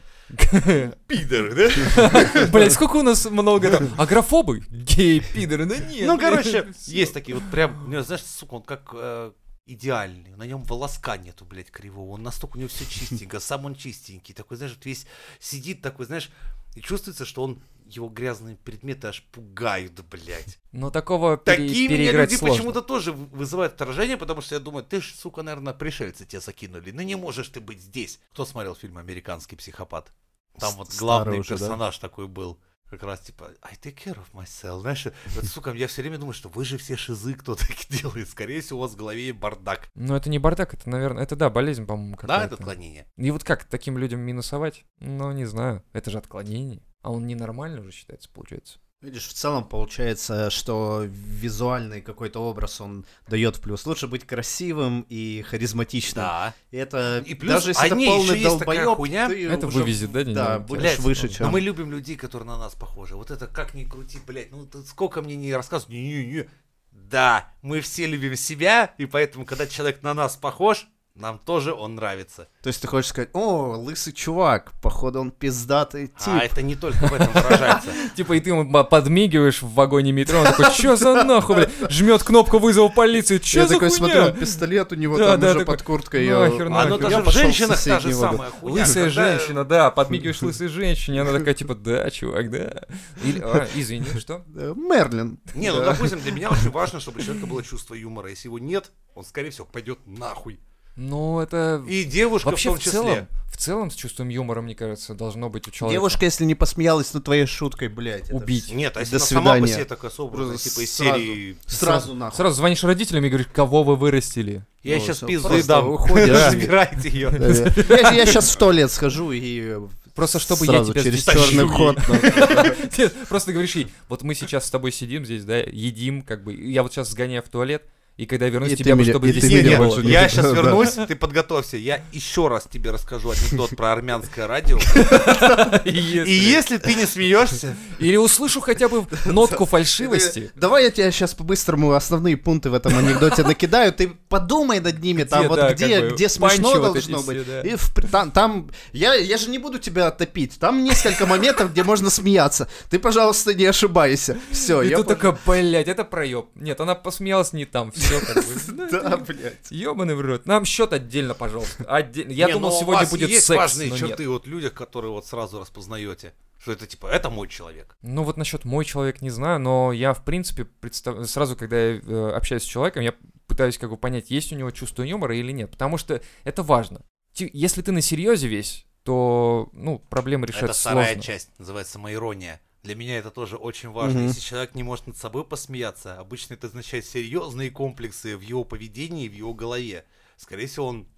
Speaker 3: Пидоры, да?
Speaker 1: Блять, сколько у нас много там. Агрофобы? Геи, пидоры, ну нет.
Speaker 3: Ну, короче, есть такие вот прям, ну, знаешь, сука, он как э, идеальный. На нем волоска нету, блядь, кривого. Он настолько у него все чистенько, сам он чистенький. Такой, знаешь, вот весь сидит такой, знаешь, и чувствуется, что он его грязные предметы аж пугают, блядь.
Speaker 1: Но такого пере-
Speaker 3: Такие меня
Speaker 1: переиграть
Speaker 3: люди
Speaker 1: сложно.
Speaker 3: почему-то тоже в- вызывают отторжение, потому что я думаю, ты ж, сука, наверное, пришельцы тебя закинули. Ну не можешь ты быть здесь. Кто смотрел фильм «Американский психопат»? Там
Speaker 2: С-
Speaker 3: вот
Speaker 2: старый
Speaker 3: главный
Speaker 2: уже, да?
Speaker 3: персонаж такой был. Как раз типа, I take care of myself. Знаешь, вот, сука, я все время думаю, что вы же все шизы, кто так делает. Скорее всего, у вас в голове бардак.
Speaker 1: Ну, это не бардак, это, наверное, это да, болезнь, по-моему,
Speaker 3: Да,
Speaker 1: какая-то.
Speaker 3: это отклонение.
Speaker 1: И вот как таким людям минусовать? Ну, не знаю. Это же отклонение. А он ненормально уже считается, получается.
Speaker 2: Видишь, в целом получается, что визуальный какой-то образ он дает плюс. Лучше быть красивым и харизматичным.
Speaker 3: Да.
Speaker 2: И это
Speaker 3: И плюс
Speaker 2: даже если
Speaker 3: они
Speaker 2: ты полный
Speaker 3: еще есть такая
Speaker 2: долбоёб,
Speaker 3: хуйня.
Speaker 2: ты
Speaker 1: Это
Speaker 2: уже,
Speaker 1: вывезет, да,
Speaker 2: Да,
Speaker 1: немного?
Speaker 2: будешь
Speaker 3: Блядь,
Speaker 2: выше,
Speaker 3: Но
Speaker 2: чем.
Speaker 3: мы любим людей, которые на нас похожи. Вот это как ни крути, блядь, ну ты сколько мне не рассказывают. Не-не-не. Да, мы все любим себя, и поэтому, когда человек на нас похож, нам тоже он нравится.
Speaker 2: То есть ты хочешь сказать, о, лысый чувак, походу он пиздатый тип.
Speaker 3: А это не только в этом выражается.
Speaker 1: Типа, и ты ему ба- подмигиваешь в вагоне метро, он такой, чё за нахуй, бля? Жмет кнопку вызова полиции, чё
Speaker 2: я
Speaker 1: за
Speaker 2: такой
Speaker 1: хуйня?
Speaker 2: смотрю, пистолет у него
Speaker 1: Да,
Speaker 2: там
Speaker 1: да,
Speaker 2: уже
Speaker 1: такой,
Speaker 2: под курткой.
Speaker 1: «Нахер,
Speaker 2: я-
Speaker 1: нахер».
Speaker 3: Оно
Speaker 1: Я
Speaker 3: А, ну, даже в
Speaker 2: пошёл
Speaker 3: женщинах та
Speaker 2: соседний
Speaker 3: же
Speaker 2: вагон.
Speaker 3: самая хуйня.
Speaker 1: Лысая
Speaker 3: когда-
Speaker 1: женщина, да, подмигиваешь
Speaker 2: Хм.
Speaker 1: лысой женщине, она такая, типа, да, чувак, да. Или, а, извини, что?
Speaker 2: Э, Мерлин.
Speaker 3: Не, ну
Speaker 2: Да.
Speaker 3: допустим, для меня очень важно, чтобы у человека было чувство юмора. Если его нет, он, скорее всего, пойдет нахуй.
Speaker 1: Ну, это...
Speaker 3: И девушка
Speaker 1: Вообще, в
Speaker 3: в том числе.
Speaker 1: целом, в целом, с чувством юмора, мне кажется, должно быть у человека.
Speaker 2: Девушка, если не посмеялась над твоей шуткой, блядь. это
Speaker 1: Убить.
Speaker 3: Нет, а если
Speaker 2: До
Speaker 3: она сама по
Speaker 2: свидания.
Speaker 3: себе такая собранная,
Speaker 2: Просто
Speaker 3: типа из
Speaker 2: сразу.
Speaker 3: серии...
Speaker 2: всё. Сразу нахуй.
Speaker 1: Сразу звонишь родителям и говоришь, кого вы вырастили?
Speaker 3: Я
Speaker 2: Ну,
Speaker 3: сейчас
Speaker 2: всё,
Speaker 3: пизду и
Speaker 2: просто
Speaker 3: дам.
Speaker 2: уходишь. Да.
Speaker 3: Забирайте ее.
Speaker 2: Да, Э, Я, сейчас в туалет схожу и э,
Speaker 1: Просто чтобы я
Speaker 2: сразу
Speaker 1: тебя
Speaker 2: через
Speaker 1: здесь
Speaker 2: черный
Speaker 3: тащу.
Speaker 2: ход. ну.
Speaker 1: Нет, Просто говоришь ей, вот мы сейчас с тобой сидим здесь, да, едим, как бы, и я вот сейчас сгоняю в туалет, и когда вернусь,
Speaker 2: И ты
Speaker 1: тебя бы,
Speaker 2: меня-
Speaker 1: чтобы
Speaker 2: и
Speaker 1: здесь
Speaker 2: ты
Speaker 1: не,
Speaker 2: меня
Speaker 1: было.
Speaker 2: больше не
Speaker 1: Я-
Speaker 3: Я сейчас
Speaker 2: Да.
Speaker 3: вернусь, ты подготовься. Я еще раз тебе расскажу анекдот про армянское радио. И
Speaker 1: Если-
Speaker 3: если ты не смеешься,
Speaker 1: Или услышу хотя бы нотку фальшивости.
Speaker 2: Давай я тебя сейчас по-быстрому основные пункты в этом анекдоте накидаю. Ты подумай над ними, там
Speaker 1: Где,
Speaker 2: вот
Speaker 1: да,
Speaker 2: где,
Speaker 1: как бы
Speaker 2: где смешно
Speaker 1: панчи вот
Speaker 2: должно
Speaker 1: эти
Speaker 2: быть.
Speaker 1: все, да.
Speaker 2: И в при- там, там- я, я же не буду тебя отопить. Там несколько моментов, где можно смеяться. Ты, пожалуйста, не ошибайся. Все,
Speaker 1: И
Speaker 2: я
Speaker 1: ты
Speaker 2: пон-
Speaker 1: такая, блядь, это проеб. Нет, она посмеялась не там, все как бы.
Speaker 2: Да, блядь.
Speaker 1: Ёбаный в рот. Нам счет отдельно, пожалуйста. Отдельно. Я
Speaker 3: Не,
Speaker 1: думал,
Speaker 3: ну, у
Speaker 1: сегодня
Speaker 3: вас
Speaker 1: будет
Speaker 3: есть
Speaker 1: секс,
Speaker 3: важные
Speaker 1: но
Speaker 3: черты
Speaker 1: нет.
Speaker 3: вот в людях, которые вот сразу распознаете, что это типа это мой человек.
Speaker 1: Ну вот насчет мой человек не знаю, но я в принципе представ- сразу, когда я э, общаюсь с человеком, я пытаюсь как бы понять, есть у него чувство юмора или нет, потому что это важно. Ти- Если ты на серьезе весь, то ну проблемы решаются
Speaker 3: это вторая
Speaker 1: сложно.
Speaker 3: часть, называется самоирония. Для меня это тоже очень важно.
Speaker 2: Мгм.
Speaker 3: Если человек не может над собой посмеяться, обычно это означает серьезные комплексы в его поведении и в его голове. Скорее всего, он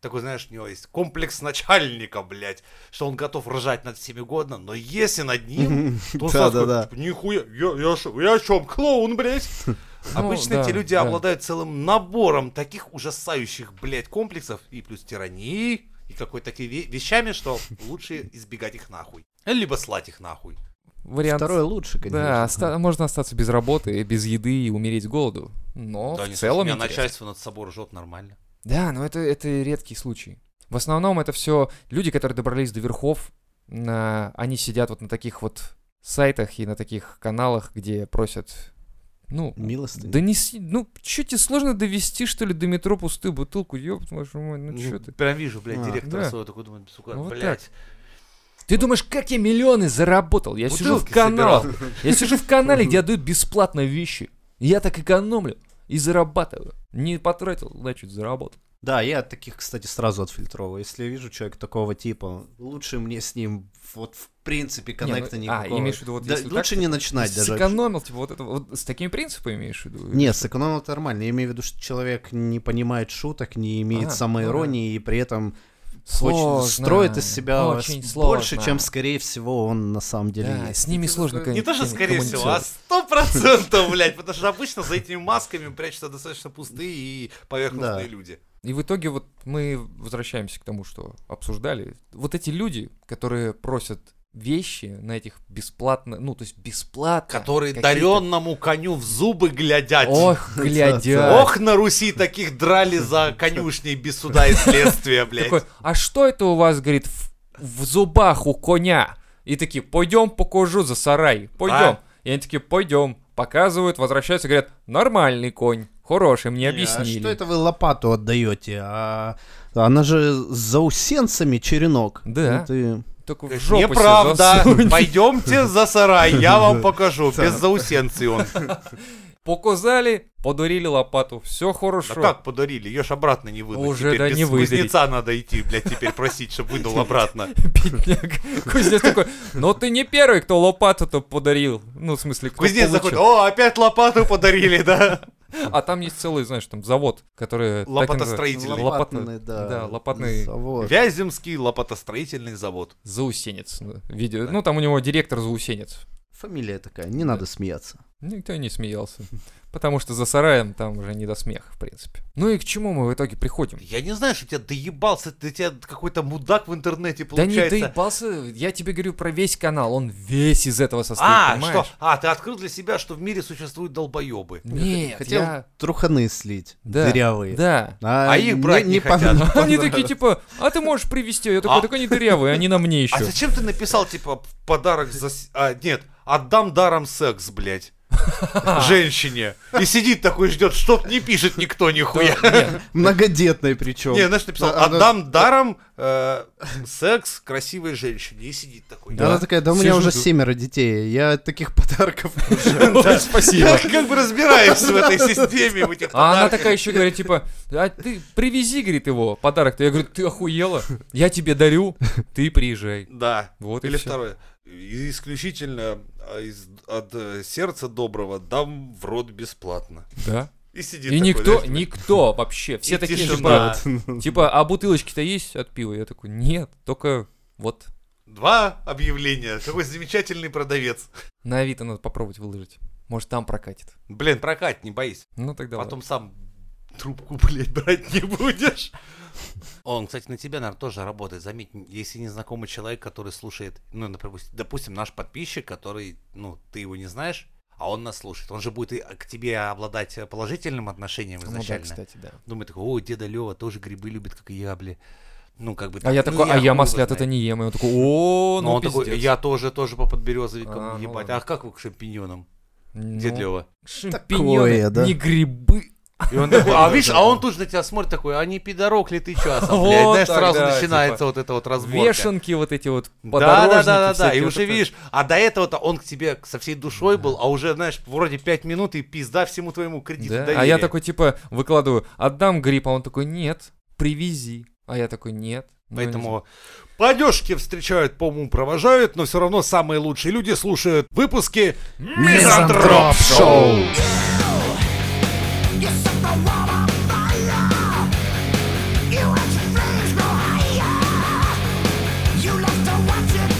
Speaker 3: такой, знаешь, у него есть комплекс начальника, блядь, что он готов ржать над всем угодно, но если над ним, то
Speaker 2: Да,
Speaker 3: сразу
Speaker 2: да,
Speaker 3: такой,
Speaker 2: да.
Speaker 3: типа, нихуя, я, я, шо- я чем, клоун, блядь?
Speaker 1: Ну,
Speaker 3: Обычно
Speaker 1: да,
Speaker 3: эти люди
Speaker 1: да.
Speaker 3: обладают целым набором таких ужасающих, блядь, комплексов, и плюс тирании, и какой-то такими ве- вещами, что лучше избегать их нахуй. Либо слать их нахуй.
Speaker 1: Вариант.
Speaker 2: Второе лучше, конечно.
Speaker 1: Да, оста- можно остаться без работы, без еды и умереть с голоду. Но
Speaker 3: да,
Speaker 1: в
Speaker 3: не слушай, у
Speaker 1: целом
Speaker 3: меня
Speaker 1: интересно.
Speaker 3: начальство над собой ржет нормально.
Speaker 1: Да, но это, это редкий случай. В основном это все люди, которые добрались до верхов, на- они сидят вот на таких вот сайтах и на таких каналах, где просят, ну,
Speaker 2: Милостынь.
Speaker 1: да не, си- ну, чё тебе сложно довести, что ли, до метро пустую бутылку, ёб твою мать, ну чё ты?
Speaker 3: Прям вижу, блядь,
Speaker 2: А,
Speaker 3: директора
Speaker 1: да.
Speaker 3: своего, такой думаю, сука,
Speaker 1: Ну, вот
Speaker 3: блядь.
Speaker 1: Ты думаешь, как я миллионы заработал? Я сижу в
Speaker 3: Бутылки
Speaker 1: канале, я сижу в канале, где дают бесплатно вещи. Я так экономлю и зарабатываю. Не потратил, значит, заработал.
Speaker 2: Да, я от таких, кстати, сразу отфильтровываю. Если я вижу человека такого типа, лучше мне с ним вот в принципе коннекта
Speaker 1: Не, ну, а,
Speaker 2: никакого.
Speaker 1: имеешь в виду, вот
Speaker 2: Да,
Speaker 1: если так,
Speaker 2: лучше не начинать
Speaker 1: Ты
Speaker 2: даже.
Speaker 1: Сэкономил, типа, вот это вот с такими принципами имеешь в виду?
Speaker 2: Нет, сэкономил это нормально. Я имею в виду, что человек не понимает шуток, не имеет
Speaker 1: А,
Speaker 2: самоиронии и при этом хочет-
Speaker 1: Сложно,
Speaker 2: строит из себя
Speaker 1: очень
Speaker 2: с-
Speaker 1: сложно.
Speaker 2: больше, чем, скорее всего, он на самом деле
Speaker 1: Да,
Speaker 2: есть.
Speaker 1: с ними сложно,
Speaker 3: Не
Speaker 1: конечно,
Speaker 3: то, что скорее всего, а
Speaker 1: коммуницировать.
Speaker 3: сто процентов, блядь, потому что обычно за этими масками прячутся достаточно пустые и поверхностные
Speaker 2: Да.
Speaker 3: люди.
Speaker 1: И в итоге вот мы возвращаемся к тому, что обсуждали. Вот эти люди, которые просят вещи на этих бесплатно, ну, то есть бесплатно.
Speaker 3: Который
Speaker 1: какие-то-
Speaker 3: даренному коню в зубы глядят.
Speaker 1: Ох, глядя.
Speaker 3: Ох, на Руси таких драли за конюшней без суда и следствия, блядь.
Speaker 1: Такой, а что это у вас, говорит, в, в зубах у коня? И такие, пойдем покажу за сарай, пойдем.
Speaker 3: А?
Speaker 1: И они такие, пойдем. Показывают, возвращаются, говорят, нормальный конь, хороший, мне
Speaker 2: Не, а
Speaker 1: объяснили.
Speaker 2: что это вы лопату отдаете? А она же за усенцами черенок.
Speaker 1: Да.
Speaker 2: Ну ты-
Speaker 1: Только в
Speaker 3: Говорит,
Speaker 1: жопу себе
Speaker 3: Э, Неправда.
Speaker 1: засунь.
Speaker 3: Пойдемте за сарай, я вам покажу. Без заусенцы он. А
Speaker 1: Показали, подурили лопату, все
Speaker 3: Да
Speaker 1: хорошо.
Speaker 3: как подарили? Ее ж обратно не вынули.
Speaker 1: Уже,
Speaker 3: Теперь
Speaker 1: да,
Speaker 3: без
Speaker 1: не выдавить.
Speaker 3: кузнеца надо идти, блядь, теперь просить, чтобы выдал обратно.
Speaker 1: Бедняк. Кузнец такой, но ты не первый, кто лопату-то подарил. Ну, в смысле, кто
Speaker 3: Кузнец заходит,
Speaker 1: получил.
Speaker 3: о, опять лопату подарили, да?
Speaker 1: А там есть целый, знаешь, там завод, который... так и
Speaker 3: Лопатостроительный.
Speaker 1: называется. Лопата-
Speaker 2: Лопатный, Ну, да.
Speaker 1: Да, лопатный
Speaker 2: завод.
Speaker 3: Вяземский лопатостроительный завод.
Speaker 1: заусенец. ну, Видео. Ну, там у него директор заусенец.
Speaker 2: Фамилия такая, не надо смеяться.
Speaker 1: Никто и не смеялся. Потому что за сараем там уже не до смеха, в принципе. Ну и к чему мы в итоге приходим?
Speaker 3: Я не знаю, что тебя доебался, ты тебя какой-то мудак в интернете
Speaker 1: Да не
Speaker 3: получается.
Speaker 1: доебался, я тебе говорю про весь канал, он весь из этого состоит,
Speaker 3: А,
Speaker 1: понимаешь?
Speaker 3: что? А, ты открыл для себя, что в мире существуют долбоебы.
Speaker 1: Нет,
Speaker 2: Хотел
Speaker 1: я...
Speaker 2: труханы слить,
Speaker 1: Да,
Speaker 2: дырявые.
Speaker 1: Да,
Speaker 2: А,
Speaker 3: А их брать не
Speaker 2: пон-
Speaker 3: хотят.
Speaker 1: Они такие, типа, а ты можешь привезти? Я такой,
Speaker 3: А.
Speaker 1: так они дырявые, они на мне
Speaker 3: А
Speaker 1: еще.
Speaker 3: зачем ты написал, типа, в подарок за... с- А, нет, отдам даром секс, блядь. Женщине. И сидит такой, ждет, чтоб не пишет никто нихуя.
Speaker 2: Многодетные причем.
Speaker 3: Не, ну, знаешь, написал,
Speaker 2: Да, она-
Speaker 3: отдам даром э, секс красивой женщине. И сидит такой.
Speaker 1: Да.
Speaker 2: Она такая, да у меня
Speaker 1: Сижу,
Speaker 2: уже
Speaker 1: жду.
Speaker 2: семеро детей, я от таких подарков уже.
Speaker 1: Спасибо.
Speaker 3: Я как бы разбираюсь в этой системе, в этих
Speaker 1: А она
Speaker 3: подарках.
Speaker 1: такая еще говорит, типа, а ты привези, говорит, его подарок. Я говорю, ты охуела? Я тебе дарю, ты приезжай.
Speaker 3: Да.
Speaker 1: Вот и
Speaker 3: Или
Speaker 1: всё.
Speaker 3: второе. И Исключительно а, из- от э, сердца доброго дам в рот бесплатно.
Speaker 1: Да.
Speaker 3: И сидит
Speaker 1: И
Speaker 3: такой,
Speaker 1: никто,
Speaker 3: знаешь,
Speaker 1: никто вообще. Все
Speaker 3: И
Speaker 1: такие,
Speaker 3: тишина.
Speaker 1: типа, типа, а бутылочки-то есть от пива? Я такой, нет, только вот
Speaker 3: Два объявления. Какой замечательный продавец.
Speaker 1: на Авито надо попробовать выложить. Может, там прокатит.
Speaker 3: Блин, прокать, не боись.
Speaker 1: Ну, тогда
Speaker 3: Потом
Speaker 1: ладно.
Speaker 3: сам трубку, блядь, брать не будешь. Он, кстати, на тебя, наверное, тоже работает. Заметь, если незнакомый человек, который слушает, ну, например, допустим, наш подписчик, который, ну, ты его не знаешь, а он нас слушает. Он же будет и к тебе обладать положительным отношением
Speaker 1: Ну да,
Speaker 3: изначально.
Speaker 1: кстати, да.
Speaker 3: Думает такой, о, деда Лева тоже грибы любит, как и я, бля. Ну, как бы
Speaker 1: А я
Speaker 3: ну,
Speaker 1: такой, а я
Speaker 3: хуй его
Speaker 1: маслят это
Speaker 3: знает.
Speaker 1: не ем. И он такой, о,
Speaker 3: Но
Speaker 1: ну
Speaker 3: он такой,
Speaker 1: пиздец».
Speaker 3: я тоже, тоже по подберезовикам
Speaker 1: А, ну
Speaker 3: ебать.
Speaker 1: ладно.
Speaker 3: а как вы к шампиньонам,
Speaker 1: Ну,
Speaker 3: дед Лева?
Speaker 1: Шампиньоны,
Speaker 2: да.
Speaker 1: не грибы.
Speaker 3: И он такой, а видишь, а он тут же на тебя смотрит такой, а не пидорок ли ты чё, Асан, блядь?»
Speaker 1: Вот типа,
Speaker 3: знаешь, сразу
Speaker 1: тогда,
Speaker 3: начинается вот это вот разборка.
Speaker 1: Вешенки вот эти вот
Speaker 3: Да, да, да,
Speaker 1: подорожники
Speaker 3: да, да. И
Speaker 1: всякие, вот
Speaker 3: уже
Speaker 1: это.
Speaker 3: видишь, а до этого-то он к тебе со всей душой был, а уже, знаешь, вроде пять минут и пизда всему твоему кредиту
Speaker 1: Да,
Speaker 3: доверия.
Speaker 1: А я такой, типа, выкладываю, отдам гриб, а он такой, нет, привези. А я такой, нет. Ну,
Speaker 3: Поэтому падежки встречают, по уму провожают, но все равно самые лучшие люди слушают выпуски Мизантроп Шоу.
Speaker 4: You set the world on fire. You let your flames grow higher. You love to watch it